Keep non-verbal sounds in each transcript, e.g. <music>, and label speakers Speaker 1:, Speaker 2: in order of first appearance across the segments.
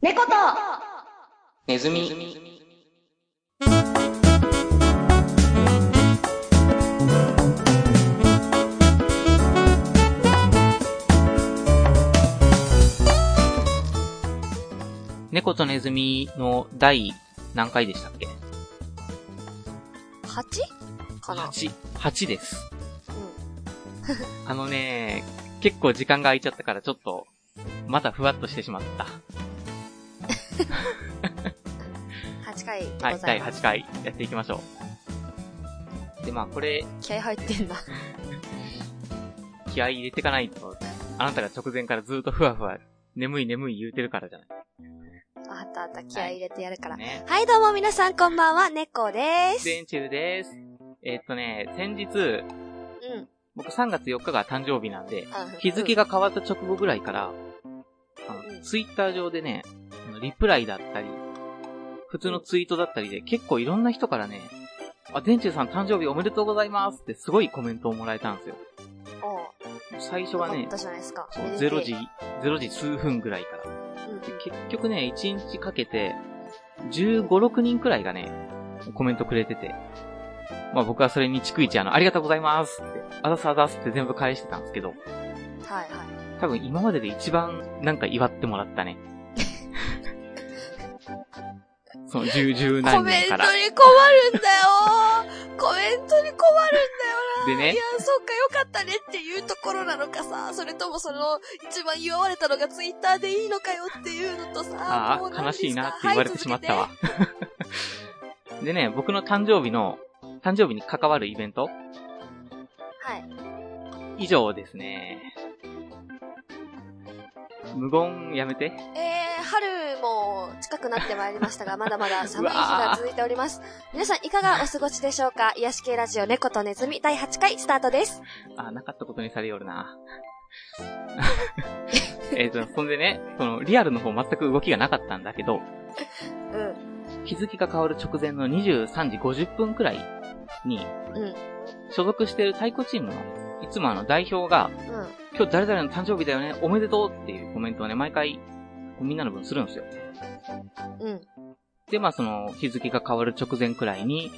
Speaker 1: 猫と
Speaker 2: ネズミ。猫とネズミの第何回でしたっけ
Speaker 3: 8? かな。
Speaker 2: ?8。8です。あのね、結構時間が空いちゃったからちょっと、またふわっとしてしまった。
Speaker 3: 8回でござ
Speaker 2: はいい
Speaker 3: ま、す。
Speaker 2: 第8回やっていきましょう。で、まあこれ、
Speaker 3: 気合入ってんな。
Speaker 2: 気合い入れてかないと、あなたが直前からずっとふわふわ、眠い眠い言うてるからじゃない
Speaker 3: あったあった、気合入れてやるから。
Speaker 2: ね。
Speaker 3: はい、どうも皆さんこんばんは、猫で
Speaker 2: 出
Speaker 3: す。
Speaker 2: 演中です。えーっとね、先日、
Speaker 3: うん。
Speaker 2: 僕3月4日が誕生日なんで、
Speaker 3: あ
Speaker 2: 日付
Speaker 3: が、
Speaker 2: が変わった直後ぐらいから、あ
Speaker 3: うん
Speaker 2: の、ツイッター上でね、あのリプライだったり、普通のツイートだったりで結構いろんな人からね、あ、電柱さん誕生日おめでとうございますってすごいコメントをもらえたんですよ。
Speaker 3: うんおう
Speaker 2: 最初
Speaker 3: よ
Speaker 2: は
Speaker 3: か
Speaker 2: ね
Speaker 3: っ、たじゃないですか。
Speaker 2: そう
Speaker 3: めでてえ
Speaker 2: 0時、0時数分ぐらいか
Speaker 3: う
Speaker 2: ら。
Speaker 3: んうん。
Speaker 2: 結局ね、1日かけて、15、6人くらいがね、コメントくれてて。まあ僕はそれに逐一あの、ありがとうございますって、あざすあざすって全部返してたんですけど、
Speaker 3: はいは
Speaker 2: 多分今までで一番なんか祝ってもらっ
Speaker 3: <laughs>
Speaker 2: たね。その十、十
Speaker 3: い。コ
Speaker 2: 何
Speaker 3: メ
Speaker 2: 人
Speaker 3: ン
Speaker 2: か
Speaker 3: ト
Speaker 2: ら。
Speaker 3: に困るんだよーコメントに困るんだ
Speaker 2: で
Speaker 3: よな
Speaker 2: ね
Speaker 3: いや、そっか、よかったねっていうところなのかさ、それともその、一番祝われたのがツイッターでいいのかよっていうのとさ、
Speaker 2: あ
Speaker 3: もう
Speaker 2: あ、
Speaker 3: 何です
Speaker 2: 悲
Speaker 3: か
Speaker 2: しいなって言われてしまったわ。。 <laughs> でね、僕の誕生日の、誕生日に関わるイベント
Speaker 3: はい、続けて
Speaker 2: 以上ですね。無言やめて。
Speaker 3: えー、春も近くなってまいりました
Speaker 2: <laughs>
Speaker 3: が、まだまだ寒い日が続いております。皆さんいかがお過ごしでしょうか癒し系ラジオ猫とネズミ第8回スタートです。
Speaker 2: あ、なかったことにされよるな。 <laughs> えっと、そんでね、その、リアルの方全く動きがなかったんだけど、
Speaker 3: うん。
Speaker 2: 日付が変わる直前の23時50分くらいに、
Speaker 3: うん。
Speaker 2: 所属してる太鼓チームの、いつもあの代表
Speaker 3: う
Speaker 2: が、
Speaker 3: ん。
Speaker 2: 今日誰々の誕生日だよね、おめでとうっていうコメントをね、毎回、みんなの分するんですよ。
Speaker 3: うん。
Speaker 2: で、まあその、日付が変わる直前くらいに、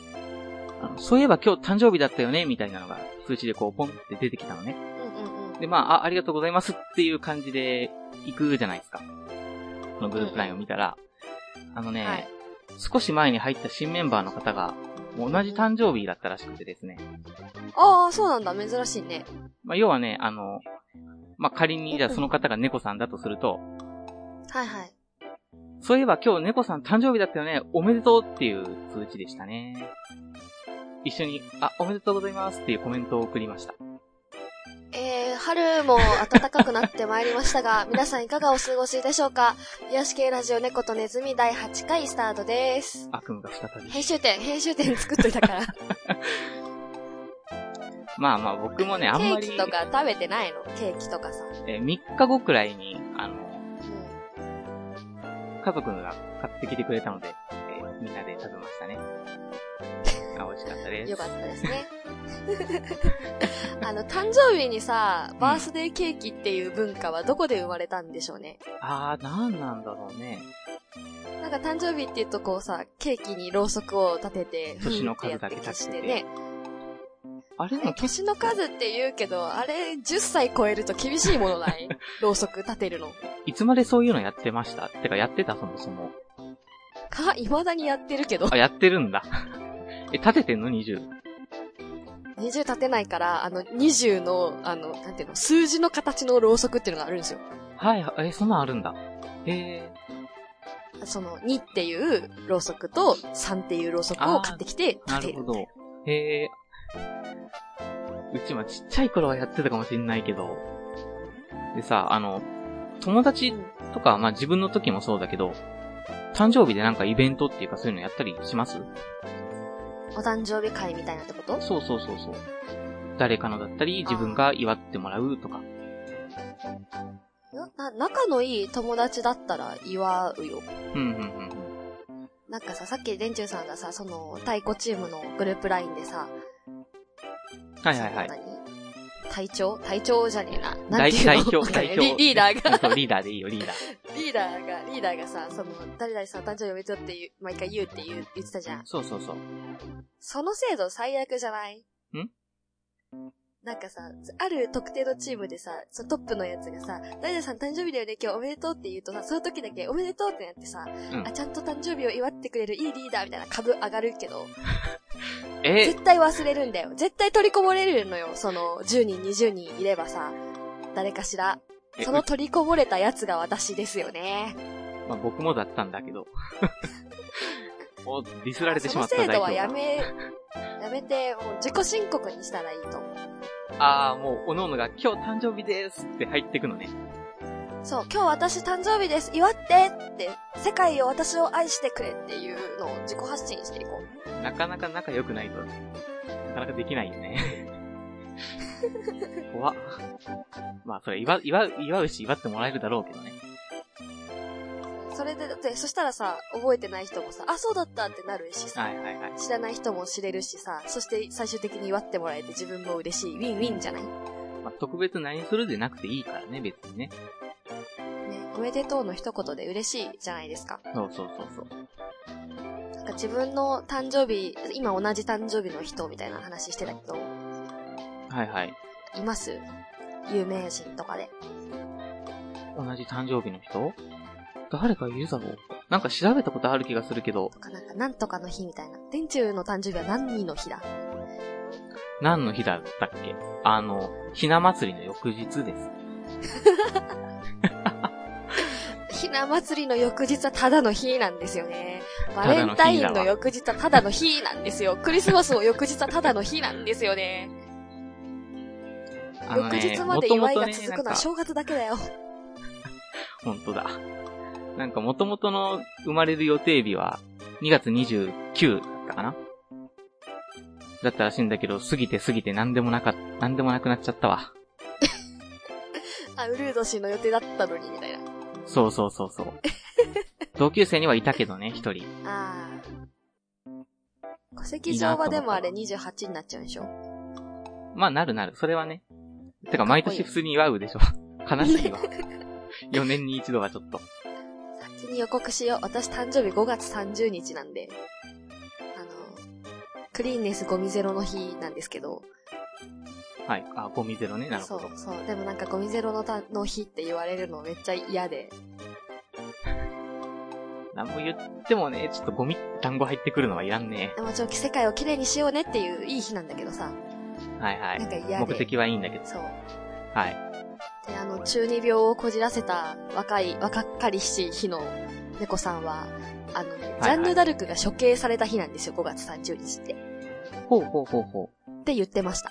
Speaker 2: あのそういえば今日誕生日だったよね、みたいなのが、通知でこう、ポンって出てきたのね。
Speaker 3: うんうんうん。
Speaker 2: で、まあ、あ、ありがとうございますっていう感じで行くじゃないですか。このグループラインを見たら、あのね、
Speaker 3: はい
Speaker 2: 少し前に入った新メンバーの方が、もう同じ誕生日だったらしくてですね。
Speaker 3: ああ、そうなんだ。珍しいね。
Speaker 2: まあ、要はね、あの、まあ、仮に、じゃあその方が猫さんだとすると、
Speaker 3: はいはい。
Speaker 2: そういえば今日猫さん誕生日だったよね、おめでとうっていう通知でしたね。一緒に、あ、おめでとうございますっていうコメントを送りました。
Speaker 3: えー、春も暖かくなってまいりました
Speaker 2: <laughs>
Speaker 3: が、皆さんいかがお過ごしでしょうか癒し系ラジオ猫とネズミ第8回スタートです。
Speaker 2: 悪夢が再び。
Speaker 3: 編集点、編集点作っといたから。ケ
Speaker 2: まあまあ僕もね、あんま
Speaker 3: ー
Speaker 2: り、
Speaker 3: キとか食べてないのケーキとかさ。
Speaker 2: えー3日後くらいに、あの、
Speaker 3: うん
Speaker 2: 家族が買ってきてくれたので、えーみんなで食べましたね。あ、美味しかったです。
Speaker 3: よかったですね。 <laughs> あの、誕生日にさ、バースデーケーキっていう文化はどこで生まれたんでしょうね。
Speaker 2: あー、なんなんだろうね。
Speaker 3: なんか誕生日っていうとこうさ、ケーキにろうそくを立てて、
Speaker 2: 年の数だけ
Speaker 3: ふんってやって消して
Speaker 2: 立
Speaker 3: ね。
Speaker 2: あれ
Speaker 3: あれ
Speaker 2: も
Speaker 3: 年の数って言うけど、あれ10歳超えると厳しいものない
Speaker 2: <laughs>
Speaker 3: ろうそく立てるの。
Speaker 2: いつまでそういうのやってましたてか、やってたそもそも。
Speaker 3: か、未だにやってるけど。
Speaker 2: あ、やってるんだ。 <laughs> え、立ててんの ?20。
Speaker 3: 20立てないから、あの、20の、あの、なんていうの、数字の形のろうそくっていうのがあるんですよ。
Speaker 2: はい、はいえ、そんなんあるんだ。え
Speaker 3: その、2っていうろうそくと、3っていうろうそくを買ってきて
Speaker 2: ー、な
Speaker 3: 立て
Speaker 2: る
Speaker 3: る
Speaker 2: ほ。ど。えー、うちもちっちゃい頃はやってたかもしんないけど。でさ、あの、友達とか、まあ自分の時もそうだけど、誕生日でなんかイベントっていうかそういうのやったりします
Speaker 3: お誕生日会みたいなってこと
Speaker 2: そうそうそうそう。誰かのだったり、自分が祝ってもらうとか。
Speaker 3: な、仲のいい友達だったら祝うよ。
Speaker 2: うんうんうんうん。
Speaker 3: なんかさ、さっき電柱さんがさ、その、太鼓チームのグループラインでさ、
Speaker 2: はいはいはい。
Speaker 3: その何隊長隊長じゃねえな。なん
Speaker 2: 代
Speaker 3: ていうの
Speaker 2: 代
Speaker 3: <laughs>
Speaker 2: 表、
Speaker 3: なんかね
Speaker 2: 代表。
Speaker 3: リリーダーが、
Speaker 2: そう、リーダーでいいよ、リーダー。
Speaker 3: リリーダーが、リーダーがさ、その、誰々さん誕生日おめでとうって言う、毎回言うって言う言ってたじゃん。
Speaker 2: そうそうそう。
Speaker 3: その制度最悪じゃない
Speaker 2: ん
Speaker 3: なんかさ、ある特定のチームでさ、そのトップのやつがさ、誰々さん誕生日だよね、今日おめでとうって言うとさ、その時だけおめでとうってなってさ、
Speaker 2: ん
Speaker 3: あ、ちゃんと誕生日を祝ってくれるいいリーダーみたいな株上がるけど、
Speaker 2: え、
Speaker 3: 絶対忘れるんだよ。絶対取りこぼれるのよ。その、10人、20人いればさ、誰かしら。
Speaker 2: え
Speaker 3: その取りこぼれたやつが私ですよね。
Speaker 2: まあ、僕もだったんだけど。お、ディスられてしまった
Speaker 3: その制
Speaker 2: 代
Speaker 3: 度は
Speaker 2: 表
Speaker 3: や
Speaker 2: が。
Speaker 3: め、やめて、もう自己申告にしたらいいと思う。
Speaker 2: ああ、もう、おののが今日誕生日ですって入ってくのね。
Speaker 3: そう、今日私誕生日です、祝ってって、世界を私を愛してくれっていうのを自己発信していこう。
Speaker 2: なかなか仲良くないと、なかなかできないよ
Speaker 3: <laughs>
Speaker 2: ね。怖っ。まあ、それ祝、祝う、祝うし、祝ってもらえるだろうけどね。
Speaker 3: それで、だって、そしたらさ、覚えてない人もさ、あ、そうだったってなるしさ、
Speaker 2: はいはいはい。
Speaker 3: 知らない人も知れるしさ、そして最終的に祝ってもらえて自分も嬉しい、ウィンウィンじゃないね、
Speaker 2: まあ、特別何するでなくていいからね、別にね。
Speaker 3: おめでとうの一言で嬉しいじゃないですか。
Speaker 2: そうそうそうそう。
Speaker 3: なんか自分の誕生日、今同じ誕生日の人みたいな話してたけど、
Speaker 2: はいはい。
Speaker 3: います有名人とかで。
Speaker 2: 同じ誕生日の人誰かいるだろうなんか調べたことある気がするけど、
Speaker 3: とかなんか、なんとかの日みたいな。電柱の誕生日は何人の日だ
Speaker 2: 何の日だったっけあの、ひな祭りの翌日です。
Speaker 3: ひな祭りの翌日はただの日なんですよね。バ
Speaker 2: た
Speaker 3: レ
Speaker 2: だの
Speaker 3: ン
Speaker 2: 日だ
Speaker 3: タ
Speaker 2: わ
Speaker 3: インの翌日はただの日なんですよ。クリスマスも翌日はただの日なんですよね。
Speaker 2: あの
Speaker 3: 翌
Speaker 2: ね
Speaker 3: 日まで祝いが続く
Speaker 2: 元々
Speaker 3: の
Speaker 2: ねなん
Speaker 3: は
Speaker 2: か
Speaker 3: 正月だけだよ。
Speaker 2: 本当だ。なんか元々の生まれる予定日は2月29だったかなだったらしいんだけど、過ぎて過ぎて何でもなかっ、何でもなくなっちゃったわ。
Speaker 3: あ、ウルード氏の予定だったのに、みたいな。
Speaker 2: そうそうそう
Speaker 3: <laughs>
Speaker 2: そう。同級生にはいたけどね、一人。
Speaker 3: あー戸籍上はでもあれ28になっちゃうんでしょ。
Speaker 2: まあ、なるなる。それはね。てか、毎年普通に祝うでしょ。 <laughs> 悲
Speaker 3: <laughs>
Speaker 2: しいわ。4年に一度はちょっと。
Speaker 3: 先に予告しよう。私誕生日5月30日なんで。あの、クリーンネスゴミゼロの日なんですけど。
Speaker 2: はい。あ、ゴミゼロね。なる
Speaker 3: そ
Speaker 2: ほ
Speaker 3: う
Speaker 2: ど。
Speaker 3: そう。でもなんかゴミゼロのたの日って言われるのめっちゃ嫌で。
Speaker 2: 何も言ってもね、ちょっとゴミって単語入ってくるのはいらんね。
Speaker 3: でもちろん世界をきれいにしようねっていういい日なんだけどさ。
Speaker 2: はいは
Speaker 3: なん
Speaker 2: い。
Speaker 3: か嫌で。
Speaker 2: 目的はいいんだけど。
Speaker 3: そう。
Speaker 2: はい。
Speaker 3: で、あの、中二病をこじらせた若い、若かりし日の猫さんは、あの、ジャンヌ・ダルクが処刑された日なんですよ、5月30日って。
Speaker 2: ほうほうほうほう。
Speaker 3: って言ってました。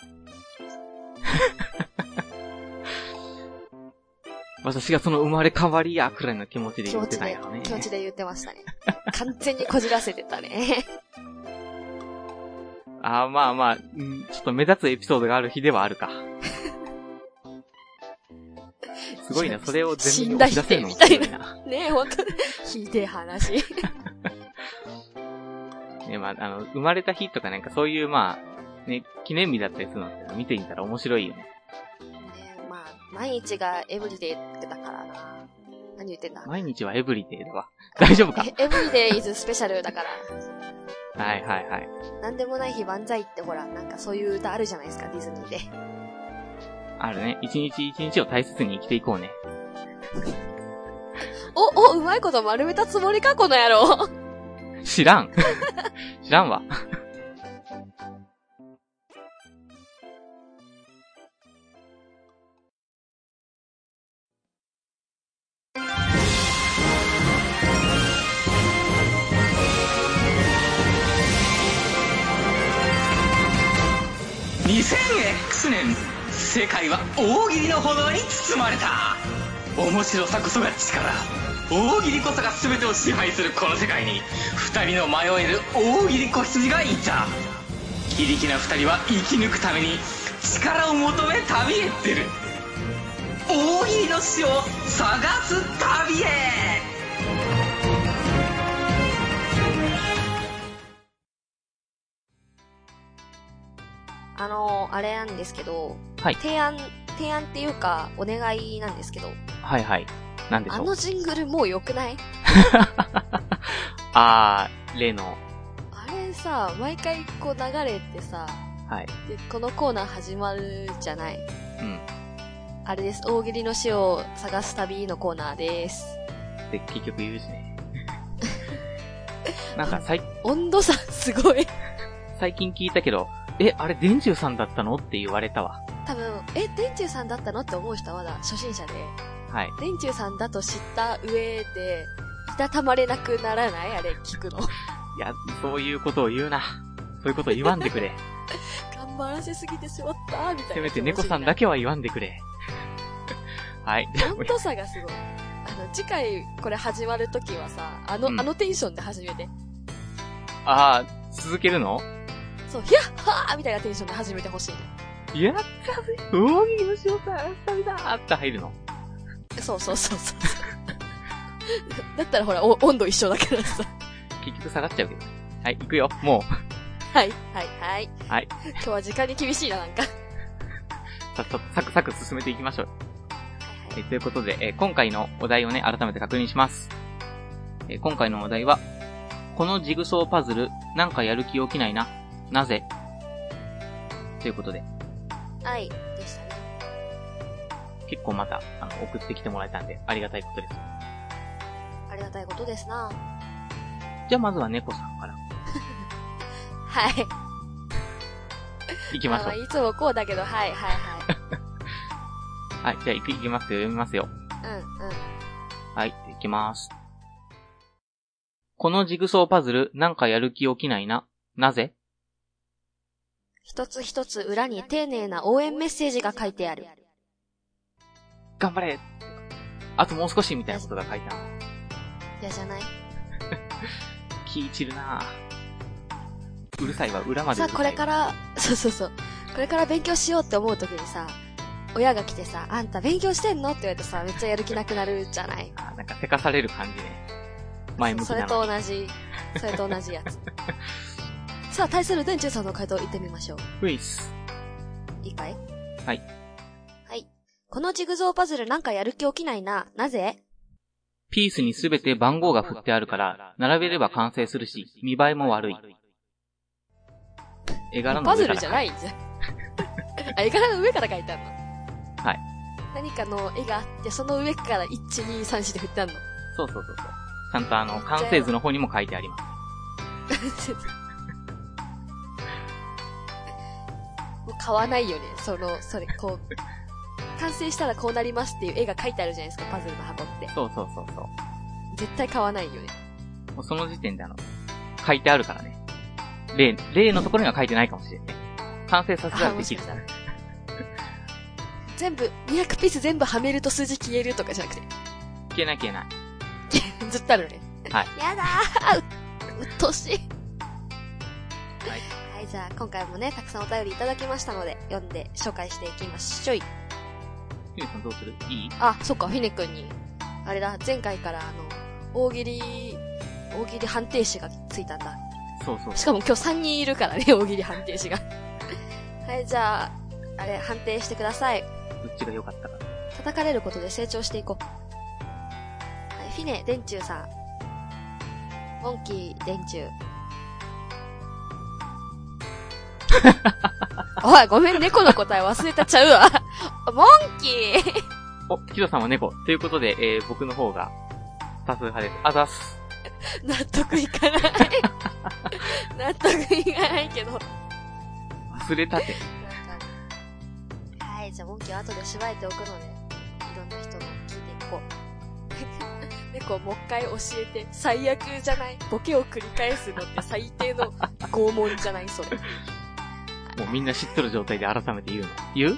Speaker 2: 私がその生まれ変わりや、くらいの気持ちで
Speaker 3: 気
Speaker 2: 言
Speaker 3: 持
Speaker 2: って
Speaker 3: ち
Speaker 2: たん
Speaker 3: で
Speaker 2: やろね、。
Speaker 3: 気持ちで言ってましたね。完全にこじらせてたね。 <laughs>
Speaker 2: ああ、まあまあ、うんちょっと目立つエピソードがある日ではあるか。すごいな、それを全部に押し出せるのもすご
Speaker 3: 死んだ
Speaker 2: い
Speaker 3: 日
Speaker 2: な。
Speaker 3: ねえ、ほんとに。ひでえ
Speaker 2: <laughs>
Speaker 3: 話。
Speaker 2: ね、まあ、あの、生まれた日とかなんかそういう、まあ、ね、記念日だったりするのって見てみたら面白いよね。
Speaker 3: ねまあ、毎日がエブリデイだからな。何言ってんだ
Speaker 2: 毎日はエブリデイだわ。大丈夫か
Speaker 3: えエブリデイイズスペシャルだから。
Speaker 2: はいはいはい。
Speaker 3: なんでもない日万歳ってほら、なんかそういう歌あるじゃないですか、ディズニーで。
Speaker 2: あるね。一日一日を大切に生きていこうね。
Speaker 3: お、お、うまいこと丸めたつもりか、この野郎。
Speaker 2: 知ら
Speaker 3: <laughs>
Speaker 2: ん。知らんわ。
Speaker 1: 2000X 年世界は大喜利の炎に包まれた面白さこそが力大喜利こそが全てを支配するこの世界に2人の迷える大喜利子羊がいた非力な2人は生き抜くために力を求め旅へ出る大喜利の死を探す旅へ
Speaker 3: あの、あれなんですけど、
Speaker 2: はい
Speaker 3: 提案、提案っていうか、お願いなんですけど、
Speaker 2: はいはい。なんでし
Speaker 3: あ
Speaker 2: ょう
Speaker 3: のジングルもう良くない
Speaker 2: <laughs> あー、例の、
Speaker 3: あれさ、毎回こう流れてさ、
Speaker 2: はい。
Speaker 3: で、このコーナー始まるじゃない。
Speaker 2: うん。
Speaker 3: あれです。大喜利の死を探す旅のコーナーです。
Speaker 2: で、結局言うしね。 <laughs> なんか、さい、
Speaker 3: 温度差すごい。
Speaker 2: 最近聞いたけど、え、あれ、電柱さんだったのって言われたわ。
Speaker 3: 多分、え、電柱さんだったのって思う人はまだ初心者で、
Speaker 2: はい。
Speaker 3: 電柱さんだと知った上で、いたたまれなくならないあれ聞くの。
Speaker 2: いや、そういうことを言うな。そういうことを言わんでくれ。
Speaker 3: 頑張らせすぎてしまった、みたいな。
Speaker 2: せめて猫さんだ
Speaker 3: け。
Speaker 2: けは言わんでくれ。はい。
Speaker 3: 温度差がすごい。あの、次回これ始まるときはさ、あの、
Speaker 2: うん
Speaker 3: あのテンションで始めて。
Speaker 2: ああ、続けるの
Speaker 3: そう、ヒャッハーみたいなテンションで始めてほしいね。
Speaker 2: やったぜ大喜利の仕事は改めだーって入るの。
Speaker 3: そうそうそうそう。だったらほら、お温度一緒だからさ。
Speaker 2: 結局下がっちゃうけど。はい、行くよ。も
Speaker 3: はい、はい、はい。
Speaker 2: はい。
Speaker 3: 今日は時間に厳しいな、なんか。は
Speaker 2: う、さっさとサクサク進めていきましょう。
Speaker 3: い
Speaker 2: えーということで、えー今回のお題をね、改めて確認します。えー今回のお題は、このジグソーパズル、なんかやる気起きないな。なぜということで、
Speaker 3: はい。はい、でしたね。
Speaker 2: 結構また、あの、送ってきてもらえたんで、ありがたいことです。
Speaker 3: ありがたいことですな。
Speaker 2: じゃあまずは猫さんから、
Speaker 3: はい。
Speaker 2: 行きましょ
Speaker 3: あの
Speaker 2: う。
Speaker 3: いつもこうだけど、はい、はい、
Speaker 2: はい、じゃあ行く、行きますよ。読みますよ。
Speaker 3: はい。うん、うん。
Speaker 2: はい、行きます。このジグソーパズル、なんかやる気起きないな。なぜ
Speaker 3: 一つ一つ裏に丁寧な応援メッセージが書いてある。
Speaker 2: 頑張れあともう少しみたいなことが書いてある。
Speaker 3: 嫌じゃない
Speaker 2: 気い散るなぁ。うるさいわ、裏まで
Speaker 3: さ
Speaker 2: うる
Speaker 3: あ、
Speaker 2: さい
Speaker 3: これ
Speaker 2: わ。
Speaker 3: から、そうそうそう。これから勉強しようって思うときにさ、親が来てさ、あんた勉強してんのって言われてさ、めっちゃやる気なくなるじゃない
Speaker 2: あなんか、せかされる感じね。前向き
Speaker 3: それ
Speaker 2: な
Speaker 3: と
Speaker 2: の。
Speaker 3: 同じ、それと同じやつ。
Speaker 2: <laughs>
Speaker 3: さあ、対する電柱さんの回答行ってみましょう。
Speaker 2: ウィス。
Speaker 3: いいかい
Speaker 2: はい。
Speaker 3: はい。このジグゾーパズルなんかやる気起きないな。なぜ
Speaker 2: ピースにすべて番号が振ってあるから、並べれば完成するし、見栄えも悪い。絵柄の
Speaker 3: パ
Speaker 2: 上
Speaker 3: ズ
Speaker 2: か
Speaker 3: ル
Speaker 2: ら
Speaker 3: じゃないじゃん。 <laughs> あ、絵柄の上から書いてあるの
Speaker 2: はい。
Speaker 3: 何かの絵があって、その上から1、2、3、4で振ってあるの。 <laughs>
Speaker 2: そうそうそうそう。ちゃんとあの、完成図の方にも書いてあります。
Speaker 3: もう買わないよね。その、それ、こう。完成したらこうなりますっていう絵が書いてあるじゃないですか、パズルの箱って。
Speaker 2: そうそうそうそう。
Speaker 3: 絶対買わないよね。
Speaker 2: もうその時点であの、書いてあるからね。例、例のところには書いてないかもしれない。完成させた
Speaker 3: あ、
Speaker 2: ら
Speaker 3: も
Speaker 2: で
Speaker 3: し
Speaker 2: き
Speaker 3: か
Speaker 2: る
Speaker 3: し。たら。全部、200ピース全部はめると数字消えるとかじゃなくて。
Speaker 2: いけないいけない。
Speaker 3: ずっとあるよね。
Speaker 2: はい。
Speaker 3: やだー <laughs> う、うっとうしい。
Speaker 2: はい。
Speaker 3: はい、じゃあ今回もね、たくさんお便りいただきましたので、読んで紹介していきましょい。
Speaker 2: ゆうさんどうするいい
Speaker 3: あ、そっか、フィネ君に。あれだ、前回からあの、大喜利、大喜利判定士がついたんだ。
Speaker 2: そうそう。
Speaker 3: しかも今日3人いるからね、大喜利判定士が。はい、じゃあ、あれ、判定してください。
Speaker 2: どっちが良かったか。
Speaker 3: 叩かれることで成長していこう。はい、フィネ、電柱さん。モンキー、電柱。おい、ごめん、猫の答え忘れたちゃうわ。モンキー
Speaker 2: お、キドさんは猫。ということで、えー、僕の方が、多数派です。あざっす。
Speaker 3: 納得いかない。納得いかないけど。なんか
Speaker 2: 忘れたて。
Speaker 3: はい、じゃあ、モンキーは後でしばいておくので、いろんな人の聞いていこう。 <laughs> 猫をもう一回教えて、最悪じゃないボケを繰り返すのって最低の拷問じゃないそれ。
Speaker 2: もうみんな知っとる状態で改めて言うの。言う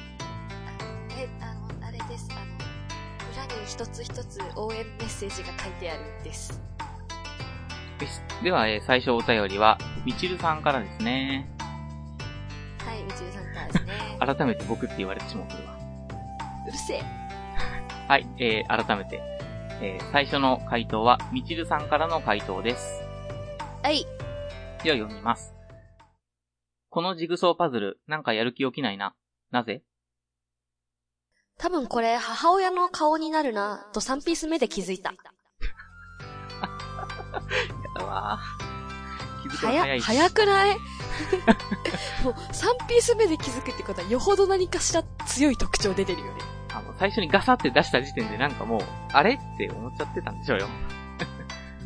Speaker 3: え、あの、あれです、あの、裏に一つ一つ応援メッセージが書いてあるんです。
Speaker 2: よしでは、えー、最初お便りは、みちるさんからですね。
Speaker 3: はい、宇宙さんからですね。
Speaker 2: 改めて僕って言われてしまうこれは。
Speaker 3: うるせえ。
Speaker 2: はい、えー、改めて。えー、最初の回答は、みちるさんからの回答です。
Speaker 3: はい。
Speaker 2: では読みます。このジグソーパズル、なんかやる気起きないな。なぜ
Speaker 3: 多分これ、母親の顔になるな、と3ピース目で気づいた。
Speaker 2: だわ気づくの
Speaker 3: は
Speaker 2: 早い
Speaker 3: や、
Speaker 2: し
Speaker 3: 早くない <laughs> もう、3ピース目で気づくってことは、よほど何かしら強い特徴出てるよね。
Speaker 2: あの、最初にガサって出した時点でなんかもう、あれって思っちゃってたんでしょうよ。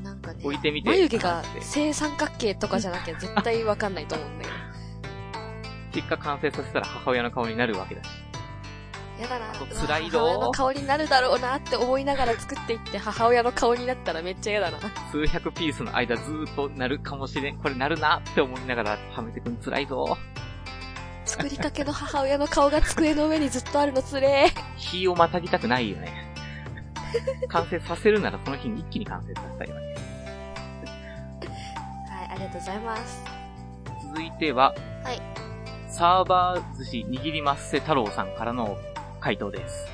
Speaker 3: なんかね、
Speaker 2: 置いてみて。
Speaker 3: 眉毛が
Speaker 2: って
Speaker 3: 正三角形とかじゃな <laughs> きゃ絶対わかんないと思うんだけど。
Speaker 2: 結果完成させたら母親の顔になるわけだし。
Speaker 3: やだな、
Speaker 2: あと
Speaker 3: うわ
Speaker 2: 辛いぞ
Speaker 3: 母親の顔になるだろうなって思いながら作っていって、母親の顔になったらめっちゃ嫌だな。
Speaker 2: 数百ピースの間ずーっとなるかもしれん。これなるなって思いながら、はめてくん辛いぞ。
Speaker 3: 作りかけの母親の顔が机の上にずっとあるのつれー。
Speaker 2: 日をまたぎたくな
Speaker 3: <laughs>
Speaker 2: いよね。完成させるならその日に一気に完成させたいわけ。
Speaker 3: はい、ありがとうございます。
Speaker 2: 続いては、
Speaker 3: はい
Speaker 2: サーバー寿司握りまっせ太郎さんからの回答です。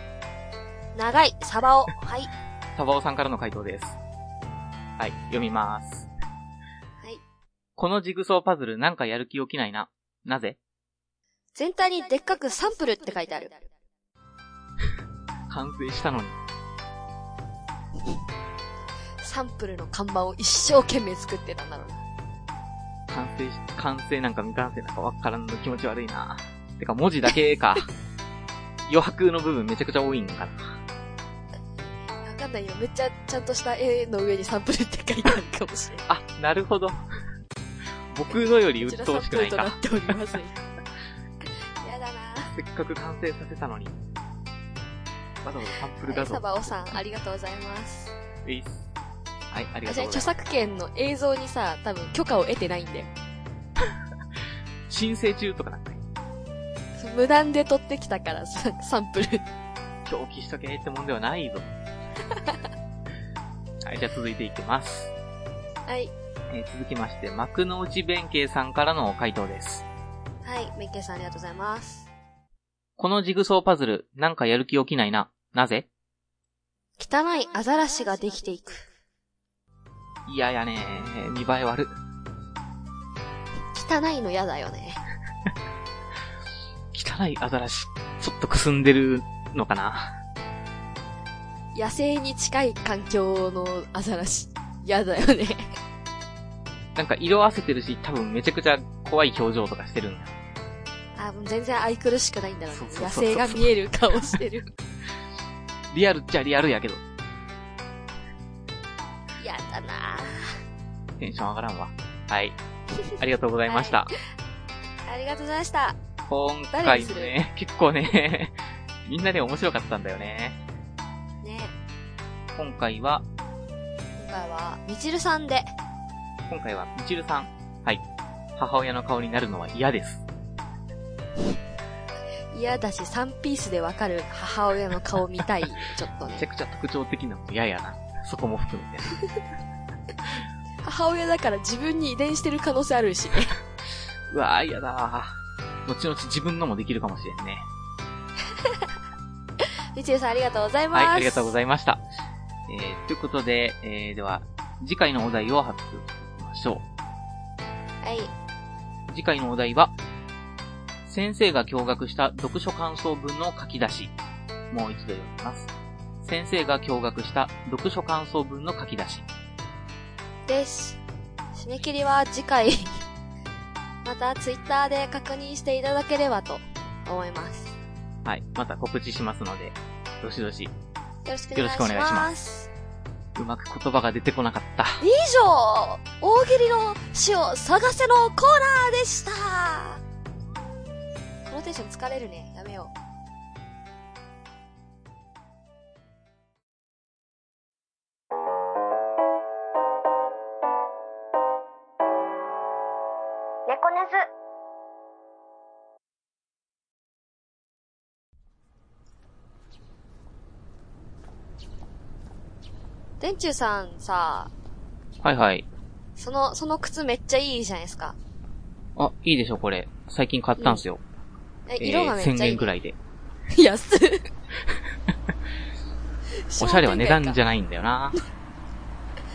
Speaker 3: 長い、サバを。はい。
Speaker 2: サバオさんからの回答です。はい、読みます。
Speaker 3: はい。
Speaker 2: このジグソーパズルなんかやる気起きないな。なぜ
Speaker 3: 全体にでっかくサンプルって書いてある。
Speaker 2: 完成したのに。
Speaker 3: サンプルの看板を一生懸命作ってたんだろうな。
Speaker 2: 完成し、完成なんか未完成なんかわからんの気持ち悪いな。てか文字だけか。 <laughs> 余白の部分めちゃくちゃ多いんか
Speaker 3: わ
Speaker 2: な。
Speaker 3: かんないよ。めっちゃちゃんとした絵の上にサンプルって書いてあるかもしれない。
Speaker 2: あ、なるほど。僕のより鬱陶しくない
Speaker 3: こちら
Speaker 2: か
Speaker 3: サ。ンプルとなっておりません。 <laughs> やだな
Speaker 2: せっかく完成させたのに。わざわざサンプル
Speaker 3: は
Speaker 2: 画
Speaker 3: い、
Speaker 2: 像
Speaker 3: サ。バオさん、ありがとうございます。
Speaker 2: えいっすはい、あり
Speaker 3: あじ
Speaker 2: がと
Speaker 3: ゃあ、著
Speaker 2: うございます。
Speaker 3: 作権の映像にさ、多分許可を得てないんだよ。
Speaker 2: 申請中とかなんか、
Speaker 3: 無断で撮ってきたからさ、サンプル。
Speaker 2: 狂気しとけってもんではないぞ。 <laughs> はい、じゃあ続いていきます。
Speaker 3: はい。
Speaker 2: えー続きまして、幕の内弁慶さんからの回答です。
Speaker 3: はい、メッケンさんありがとうございます。
Speaker 2: このジグソーパズル、なんかやる気起きないな。なぜ
Speaker 3: 汚いアザラシができていく。
Speaker 2: いややね見栄え悪。
Speaker 3: 汚いの嫌だよね。
Speaker 2: 汚いアザラシ、ちょっとくすんでるのかな。
Speaker 3: 野生に近い環境のアザラシ。嫌だよね。
Speaker 2: なんか色あせてるし、多分めちゃくちゃ怖い表情とかしてるんだ。
Speaker 3: あ、もう全然愛くるしくないんだろうね
Speaker 2: そう。そう
Speaker 3: 野
Speaker 2: そうそう
Speaker 3: 生が見える顔してる。
Speaker 2: リアルっちゃリアルやけど、
Speaker 3: 嫌だな
Speaker 2: テンション上がらんわ。はい。ありがとうございました。
Speaker 3: ありがとうございました。
Speaker 2: 今
Speaker 3: 誰に
Speaker 2: 回
Speaker 3: す
Speaker 2: も
Speaker 3: る
Speaker 2: ね、結構ね、 <laughs> みんなね、面白かったんだよね。
Speaker 3: ね
Speaker 2: 今回は、
Speaker 3: 今回は、みちるさんで。
Speaker 2: 今回は、みちるさん。はい。母親の顔になるのは嫌です。
Speaker 3: 嫌だし、サンピースでわかる母親の顔見 <laughs> たい。ちょっと
Speaker 2: めちゃ
Speaker 3: ね。
Speaker 2: くちゃ特徴的なのも嫌やな。そこも含めて。
Speaker 3: 母親だから自分に遺伝してる可能性あるしね。
Speaker 2: うわぁ、嫌だー後々自分のもできるかもしれんね。
Speaker 3: みちるさんありがとうございま
Speaker 2: は
Speaker 3: す。
Speaker 2: い、ありがとうご
Speaker 3: い
Speaker 2: ざいました。えー、ということで、えー、では、次回のお題を発表していきましょ
Speaker 3: ます。はい。
Speaker 2: う。次回のお題は、先生が驚愕した読書感想文の書き出し。もう一度読みます。先生が驚愕した読書感想文の書き出し。
Speaker 3: です。締め切りは次回。 <laughs> また、ツイッターで確認していただければと思います。
Speaker 2: はい。また告知しますので、どしどし。
Speaker 3: よろしくお願
Speaker 2: よろ
Speaker 3: い
Speaker 2: し
Speaker 3: し
Speaker 2: くお願いしま
Speaker 3: ます。
Speaker 2: うまく言葉が出てこなかった。
Speaker 3: 以上、大喜利の死を探せのコーナーでしたこのテンション疲れるね。やめよう。
Speaker 4: 猫ねず。
Speaker 3: 電柱さんさ、
Speaker 2: はいはい。
Speaker 3: その、その靴めっちゃいいじゃないですか。
Speaker 2: あ、いいでしょ、これ。最近買ったんすよ。
Speaker 3: え、
Speaker 2: えー
Speaker 3: 色がめっちゃいい、
Speaker 2: 1000円くら
Speaker 3: い。
Speaker 2: いで。
Speaker 3: <laughs> 安っ
Speaker 2: <laughs> おしゃれは値段じ
Speaker 3: ゃ。
Speaker 2: ゃないんだよな。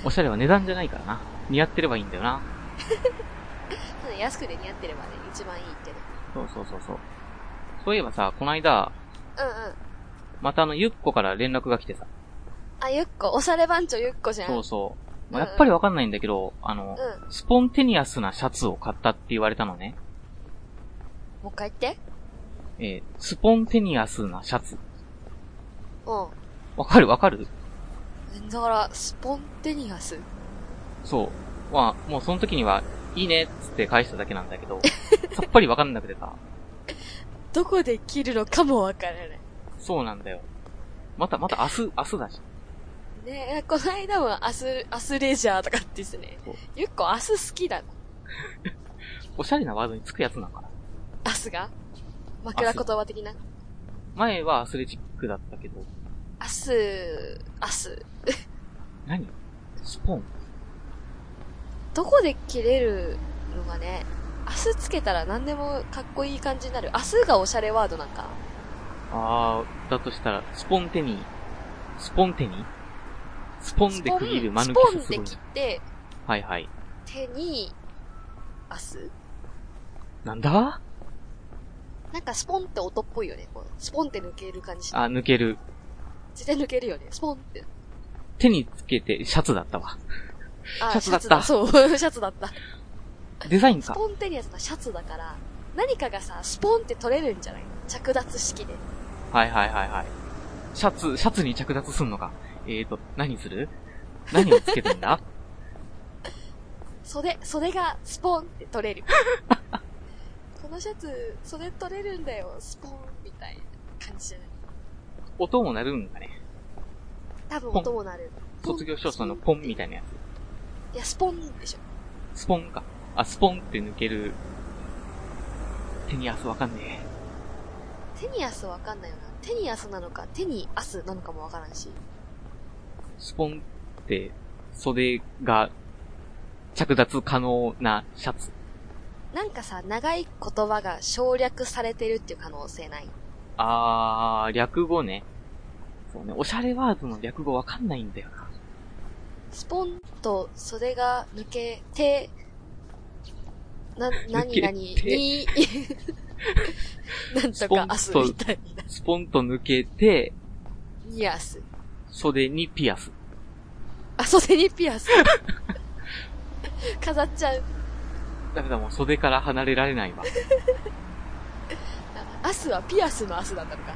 Speaker 2: おしゃれは値段じゃないからな。似合ってればいいんだよな。
Speaker 3: うん安くで似合ってればね、一番いいけど。
Speaker 2: そうそうそうそう。そういえばさ、この間、
Speaker 3: うんうん。
Speaker 2: またあの、ゆっこから連絡が来てさ。
Speaker 3: あ、ゆっこ、おされ番長ゆっこじゃん。
Speaker 2: そうそう。まあやっぱりわかんないんだけど、あの、
Speaker 3: うん。
Speaker 2: スポンテニアスなシャツを買ったって言われたのね。
Speaker 3: もう一回言って。
Speaker 2: えースポンテニアスなシャツ。
Speaker 3: うん。
Speaker 2: わかるわかる
Speaker 3: だから、スポンテニアス。
Speaker 2: そう。まあ、もうその時には、いいねっつって返しただけなんだ
Speaker 3: <laughs>
Speaker 2: けど、さっぱりわかんなくてさ。
Speaker 3: どこで切るのかもわからない。
Speaker 2: そうなんだよ。また、また明日、明日だし。
Speaker 3: ねえ、この間も明日、明日レジャーとかって言ってね
Speaker 2: そう。
Speaker 3: ゆっこ明日好きだの。
Speaker 2: おしゃれなワードにつくやつなのかな。
Speaker 3: 明日が枕言葉的な。明
Speaker 2: 前はアスレチックだったけど、
Speaker 3: 日、明日。
Speaker 2: 何スポン
Speaker 3: どこで切れるのがね、明日つけたら何でもかっこいい感じになる。明日がおしゃれワードなんか。
Speaker 2: あー、だとしたら、スポンテニー。スポンテニースポンで区切る間
Speaker 3: ス
Speaker 2: 抜
Speaker 3: ポ
Speaker 2: き
Speaker 3: ンス
Speaker 2: さす
Speaker 3: ポ
Speaker 2: ご
Speaker 3: ン
Speaker 2: い
Speaker 3: で切って、
Speaker 2: はいはい。
Speaker 3: 手に、明日
Speaker 2: なんだ
Speaker 3: なんかスポンって音っぽいよね。こうスポンって抜ける感じしない。
Speaker 2: あ、抜ける。
Speaker 3: 絶対抜けるよね。スポンって。
Speaker 2: 手につけて、シャツだったわ。
Speaker 3: あ
Speaker 2: シャツだった
Speaker 3: そう、 <laughs> シャツだった。
Speaker 2: デザイン
Speaker 3: ス
Speaker 2: か。
Speaker 3: ポンテニアスなシャツだから、何かがさ、スポンって取れるんじゃない着脱式で。
Speaker 2: はいはいはいはい。シャツ、シャツに着脱すんのか。えーと、何する何をつけてんだ
Speaker 3: 袖、袖がスポンって取れる。 <laughs> このシャツ、袖取れるんだよ、スポンみたいな感じじゃない
Speaker 2: 音も鳴るんだね。
Speaker 3: 多分
Speaker 2: ポン
Speaker 3: 音も鳴る。ポン
Speaker 2: 卒業証書のポンみたいなや
Speaker 3: いや、スポンでしょ。
Speaker 2: つ。スポンか。あ、スポンって抜ける。手に汗わかんねえ。
Speaker 3: テニアスわかんないよな。テニアスなのか、テニアスなのかもわからんし。
Speaker 2: スポンって、袖が着脱可能なシャツ。
Speaker 3: なんかさ、長い言葉が省略されてるっていう可能性ない
Speaker 2: あー、略語ね。そうね、おしゃれワードの略語わかんないんだよな。
Speaker 3: スポンと袖が抜けて、な、なになに
Speaker 2: 抜けて <laughs>
Speaker 3: に、なんとかアス
Speaker 2: スポンと
Speaker 3: みたいな。
Speaker 2: スポンと抜けて、
Speaker 3: ニアス。
Speaker 2: 袖にピアス。
Speaker 3: あ、袖にピアス。飾っちゃう。
Speaker 2: だめだ、もう袖から離れられないわ。
Speaker 3: アスはピアスのアスだったのか。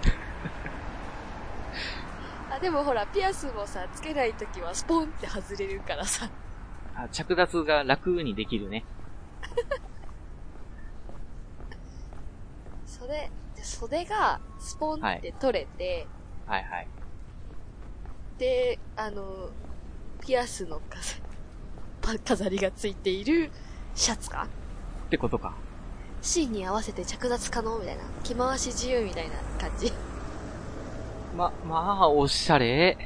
Speaker 3: あ、でもほら、ピアスもさ、つけないときはスポンって外れるからさ。
Speaker 2: あ着脱が楽にできるね。
Speaker 3: 袖、で袖がスポンって取れて、
Speaker 2: はいはい。
Speaker 3: で、あの、ピアスの飾パ飾りがついているシャツか
Speaker 2: ってことか。
Speaker 3: シーンに合わせて着脱可能みたいな。着回し自由みたいな感じ。
Speaker 2: ま、まあ、おし
Speaker 3: <laughs>
Speaker 2: ゃれ。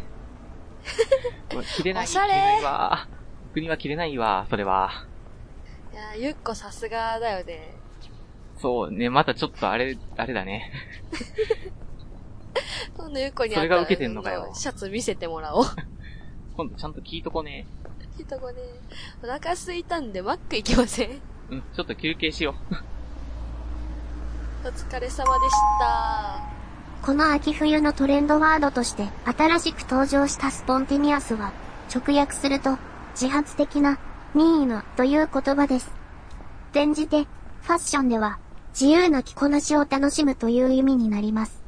Speaker 2: うわ着れない。
Speaker 3: おしゃれ
Speaker 2: 着れないわ。僕には着れないわ、それは。
Speaker 3: いやーゆっこさすがだよね。
Speaker 2: そうね、またちょっとあれ、あれだね。
Speaker 3: 今度ゆっこにあ
Speaker 2: それが受けてんのかよ
Speaker 3: あシャツ見せてもらおう。
Speaker 2: 今度ちゃんと聞いとこね。
Speaker 3: ひとこね。お腹空いたんでマック行きません
Speaker 2: うん、ちょっと休憩しよう。
Speaker 3: お疲れ様でした。
Speaker 4: この秋冬のトレンドワードとして新しく登場したスポンティニアスは直訳すると自発的な任意のという言葉です。転じてファッションでは自由な着こなしを楽しむという意味になります。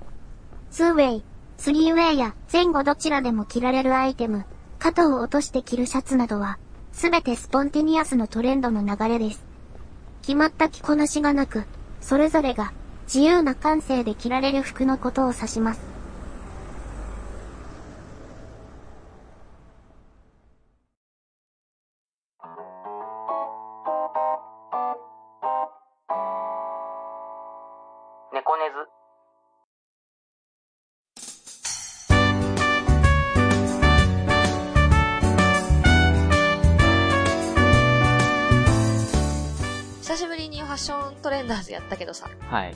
Speaker 4: 2 way、3 way や前後どちらでも着られるアイテム、肩を落として着るシャツなどはすべてスポンティニアスのトレンドの流れです。決まった着こなしがなく、それぞれが自由な感性で着られる服のことを指します。
Speaker 5: 猫ねず。
Speaker 3: 久しぶりにファッショントレンダーズやったけどさ、
Speaker 2: はい。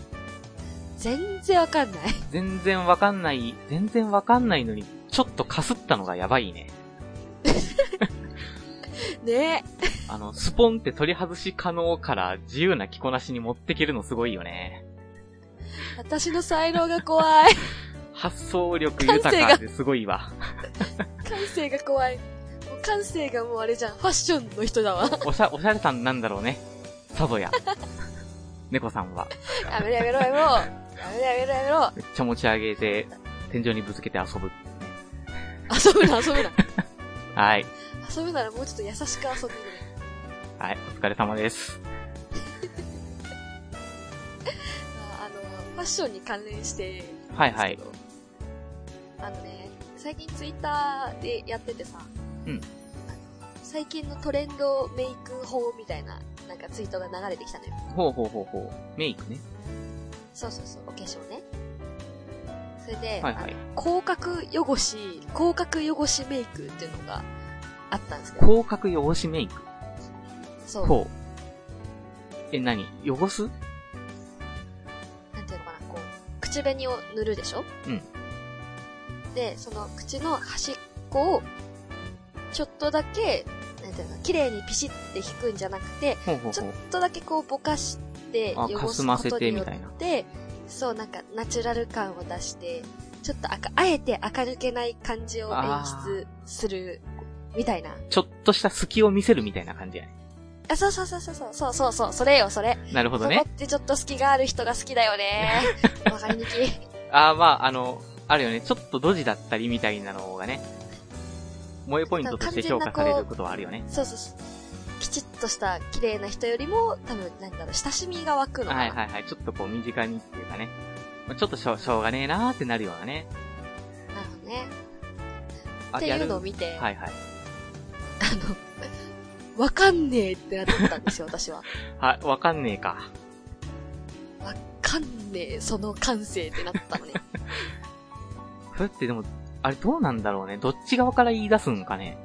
Speaker 3: 全然わかんない。
Speaker 2: 全然わかんない、全然わかんないのに、ちょっとかすったのがやばいね。
Speaker 3: <laughs> ね
Speaker 2: あの、スポンって取り外し可能から自由な着こなしに持ってけるのすごいよね。
Speaker 3: え。私の才能が怖い。
Speaker 2: 発想力豊かですごいわ。
Speaker 3: <laughs> 感性が怖い。もう感性がもうあれじゃん。ファッションの人だわ。
Speaker 2: おしゃ、おしゃれさんなんだろうね。さぞや。 <laughs> 猫さんは。
Speaker 3: やめろやめろやめろ。やめろやめろやめろ。
Speaker 2: めっちゃ持ち上げて、天井にぶつけて遊ぶ。
Speaker 3: 遊ぶな遊ぶな。
Speaker 2: はい。
Speaker 3: 遊ぶならもうちょっと優しく遊んでくれ。
Speaker 2: はい。お疲れ様です。
Speaker 3: ああの、ファッションに関連して、
Speaker 2: はいはい。
Speaker 3: あのね、最近ツイッターでやっててさ、
Speaker 2: う
Speaker 3: あ
Speaker 2: ん
Speaker 3: の最近のトレンドメイク法みたいな、なんかツイートが流れてきたのよ。
Speaker 2: ほうほうほうほう。メイクね。
Speaker 3: そうそうそう、お化粧ね。それで、
Speaker 2: はいはい
Speaker 3: あの広角汚し、広角汚しメイクっていうのがあったんですけど、
Speaker 2: 広角汚しメイク。
Speaker 3: そう、
Speaker 2: ほう。え、何汚す
Speaker 3: なんていうのかな、こう、口紅を塗るでしょ
Speaker 2: うん
Speaker 3: で、その口の端っこを、ちょっとだけ、なんていうのかな、綺麗にピシッて引くんじゃなくて、
Speaker 2: ほうほう
Speaker 3: ち
Speaker 2: ほ
Speaker 3: ょ
Speaker 2: う
Speaker 3: っ。とだけこうぼかして
Speaker 2: あ
Speaker 3: 汚
Speaker 2: か
Speaker 3: す
Speaker 2: す
Speaker 3: こ
Speaker 2: ませ
Speaker 3: と
Speaker 2: て
Speaker 3: によ
Speaker 2: みたいな
Speaker 3: って、そうなんかナチュラル感を出して、ちょっとあか、あえて明るけない感じを演出するみたいな。
Speaker 2: ちょっとした隙を見せるみたいな感じやね。
Speaker 3: あ、そうそうそうそうそう、そうそうそう、それよ、それ。
Speaker 2: なるほ
Speaker 3: そ
Speaker 2: ど
Speaker 3: こ
Speaker 2: ね
Speaker 3: っ。てちょっと隙がある人が好きだよ
Speaker 2: <laughs>
Speaker 3: ね。わかりにきい。
Speaker 2: あーまあ、あの、あるよね。ちょっとドジだったりみたいなのがね、萌えポイントとして評価されることはあるよね。
Speaker 3: そうそうそう。きちっとした綺麗な人よりも、多分、なんだろう、親しみが湧くのかな。
Speaker 2: はいはいはい。ちょっとこう身近にっていうかね。まあちょっとしょうしょうがねえなーってなるようなね。
Speaker 3: なるほどね。
Speaker 2: あ
Speaker 3: っていうのを
Speaker 2: や
Speaker 3: 見て、
Speaker 2: るはいはい。
Speaker 3: あの、わかんねえってなったんですよ、私は。
Speaker 2: はい、わかんねえか。
Speaker 3: わかんねえ、その感性ってなったの
Speaker 2: <laughs>
Speaker 3: ね。
Speaker 2: それってでも、あれどうなんだろうね。どっち側から言い出すんかね。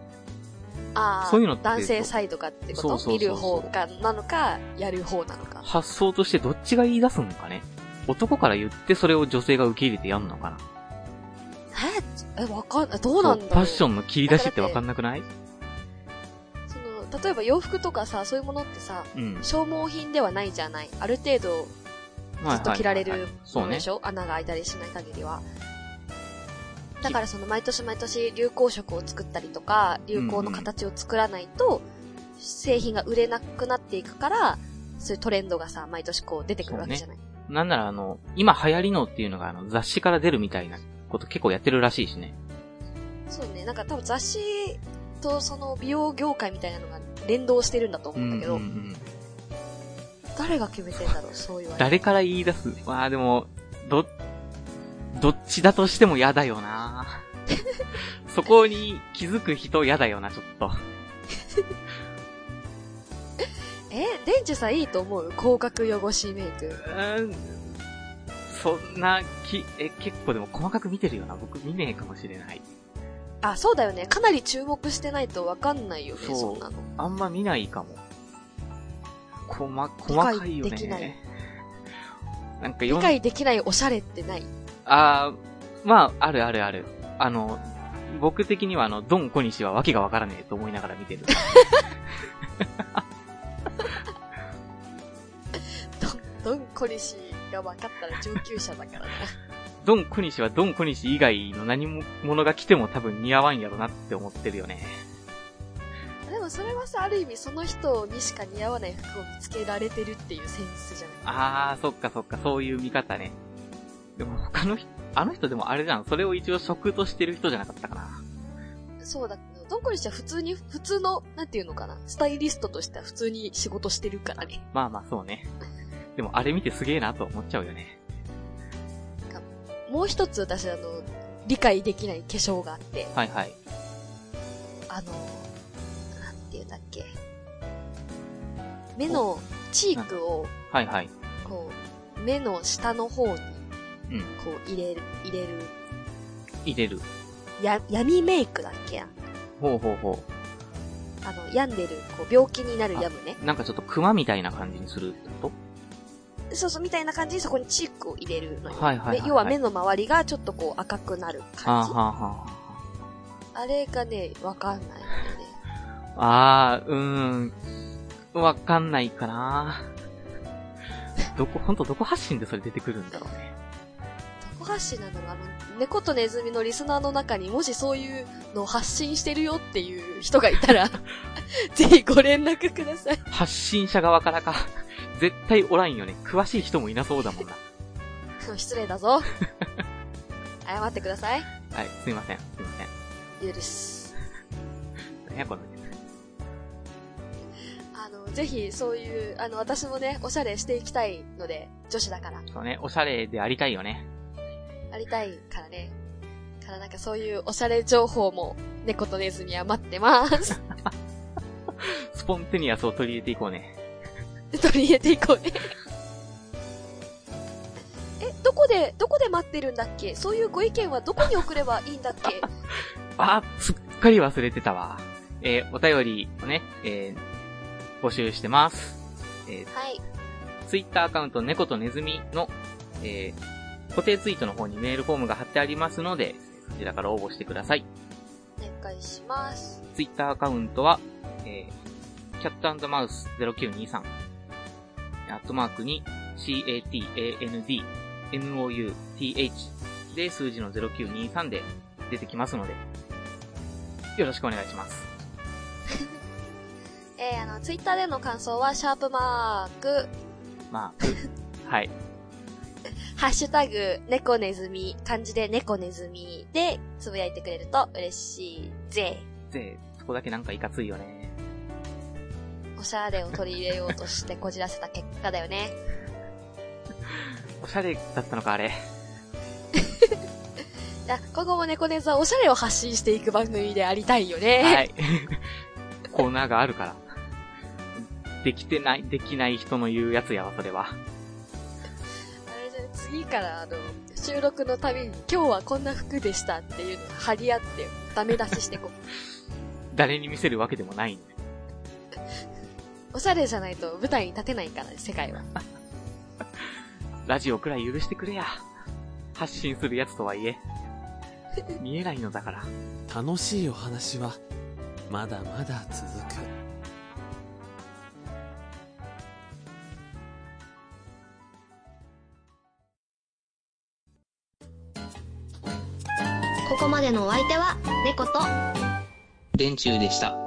Speaker 3: ああ、
Speaker 2: そういうのって
Speaker 3: 男性サイドかってこと
Speaker 2: そうそうそうそう
Speaker 3: 見る方かなのか、やる方なのか。
Speaker 2: 発想としてどっちが言い出すんかね。男から言ってそれを女性が受け入れてやんのかな。
Speaker 3: え、え、わかん、えどうなんだろう。
Speaker 2: ファッションの切り出しってわかんなくない
Speaker 3: その、例えば洋服とかさ、そういうものってさ、
Speaker 2: うん。
Speaker 3: 消耗品ではないじゃない。ある程度、ずっと着られるものでしょ、穴が開いたりしない限りは。だからその毎年毎年流行色を作ったりとか、流行の形を作らないと、製品が売れなくなっていくから、そういうトレンドがさ、毎年こう出てくるわけじゃない。
Speaker 2: なんならあの、今流行りのっていうのがあの雑誌から出るみたいなこと結構やってるらしいしね。
Speaker 3: そうねなんか多分雑誌とその美容業界みたいなのが連動してるんだと思うんだけど、
Speaker 2: うんうんうん
Speaker 3: 誰が決めてんだろう、そう言われる
Speaker 2: 誰から言い出すまあでも、ど、どっちだとしても嫌だよな
Speaker 3: <laughs>
Speaker 2: そこに気づく人嫌だよな、ちょっと。
Speaker 3: え、電池さんいいと思う広角汚しメイク。
Speaker 2: うーん。そんな、き、え、結構でも細かく見てるよな。僕見ねえかもしれない。
Speaker 3: あ、そうだよね。かなり注目してないとわかんないよね、
Speaker 2: そう
Speaker 3: そんなの。
Speaker 2: あんま見ないかも。細、
Speaker 3: 理
Speaker 2: 細かい
Speaker 3: 解
Speaker 2: よ
Speaker 3: できない
Speaker 2: ね。なんか
Speaker 3: 理
Speaker 2: 読ん
Speaker 3: 解できないおしゃれってない。
Speaker 2: あー、まあ、あるあるある。あの、僕的にはあの、ドン小西はわけがわからねえと思いながら見てる。
Speaker 3: ドンコリシが分かったら上級者だ
Speaker 2: <laughs>
Speaker 3: からね。
Speaker 2: ドン小西はドン小西以外の何もものが来ても多分似合わんやろなって思ってるよね。
Speaker 3: でもそれはさ、ある意味その人にしか似合わない服を見つけられてるっていうセンスじゃない
Speaker 2: あー、そっかそっか、そういう見方ね。でも他の人、あの人でもあれじゃん、それを一応職としてる人じゃなかったかな。
Speaker 3: そうだけど、ドンコリシは普通に、普通の、なんていうのかな、スタイリストとしては普通に仕事してるからね。
Speaker 2: まあまあそうね。でもあれ見てすげえなと思っちゃうよね。
Speaker 3: もう一つ私あの、理解できない化粧があって、
Speaker 2: はいはい。
Speaker 3: あの、なんていうんだっけ。目の、チークを、
Speaker 2: はいはい。
Speaker 3: こう、目の下の方に、
Speaker 2: うん
Speaker 3: こう入れる、入れる
Speaker 2: 入れる。
Speaker 3: や、闇メイクだっけな
Speaker 2: ほうほうほ
Speaker 3: あの、病んでる、こう、病気になる病むね。
Speaker 2: う。なんかちょっと熊みたいな感じにするってこ
Speaker 3: そうそう、みたいな感じでそこにチークを入れるのよ。
Speaker 2: はいはいはいはい
Speaker 3: で要は目の周りがちょっとこう赤くなる
Speaker 2: とあ
Speaker 3: 感
Speaker 2: ー
Speaker 3: じ。
Speaker 2: はーはーはー。
Speaker 3: あれがね、わかんないんだよね。
Speaker 2: あー、うーん。わかんないかな。どこ、ほんとどこ発信でそれ出てくるんだろうね。
Speaker 3: どこコ発信なんだろうあの、猫とネズミのリスナーの中にもしそういうのを発信してるよっていう人がいた
Speaker 2: <laughs>
Speaker 3: ら、ぜひご連絡ください。
Speaker 2: 発信者側からか。 <laughs> 絶対おらんよね。詳しい人もいなそうだもんな。
Speaker 3: うん失礼だぞ。謝ってください。
Speaker 2: はい、すいません。すいません。
Speaker 3: 許す。
Speaker 2: 何やこの
Speaker 3: あの、ぜひそういう、あの、私もね、おしゃれしていきたいので、女子だから。
Speaker 2: そうね、おしゃれでありたいよね。
Speaker 3: ありたいからね。からなんかそういうおしゃれ情報も、猫とネズミは待ってます。
Speaker 2: スポンテニアスを取り入れていこうね。
Speaker 3: 取り入れていこうね。え、どこで、どこで待ってるんだっけそういうご意見はどこに送ればいいんだっけ
Speaker 2: あ、すっかり忘れてたわ。えーお便りをね、えー募集してます。え
Speaker 3: はい。
Speaker 2: ツイッター Twitter アカウント猫とネズミの、えー固定ツイートの方にメールフォームが貼ってありますので、そちらから応募してください。
Speaker 3: お願いします。
Speaker 2: ツイッターアカウントは、えー、キャットマウス0923、アットマークに CATAND、MOUTH で数字の0923で出てきますので、よろしくお願いします。
Speaker 3: えーあの、ツイッターでの感想は、シャープマーク、
Speaker 2: まあ、はい。
Speaker 3: ハッシュタグ、猫ネズミ、漢字で猫ネズミで、つぶやいてくれると嬉しいぜ。
Speaker 2: ぜ、そこだけなんかいかついよね。
Speaker 3: おしゃれを取り入れようとしてこじらせた結果だよね。
Speaker 2: おしゃれだったのか、あれ。
Speaker 3: いや、今後も猫ネズはおしゃれを発信していく番組でありたいよね。
Speaker 2: はい。 <laughs> コーナーがあるから。できてない、できない人の言うやつやわ、それは。
Speaker 3: あれじゃね次からあの、収録のたびに今日はこんな服でしたっていうのを張り合ってダメ出ししてこう。
Speaker 2: 誰に見せるわけでもないんで。
Speaker 3: おしゃれじゃないと舞台に立てないから、ね、世界は。
Speaker 2: ラジオくらい許してくれや。発信するやつとはいえ。見えないのだから。
Speaker 5: 楽しいお話はまだまだ続く
Speaker 4: ここまでのお相手は、猫と、
Speaker 6: 連中でした。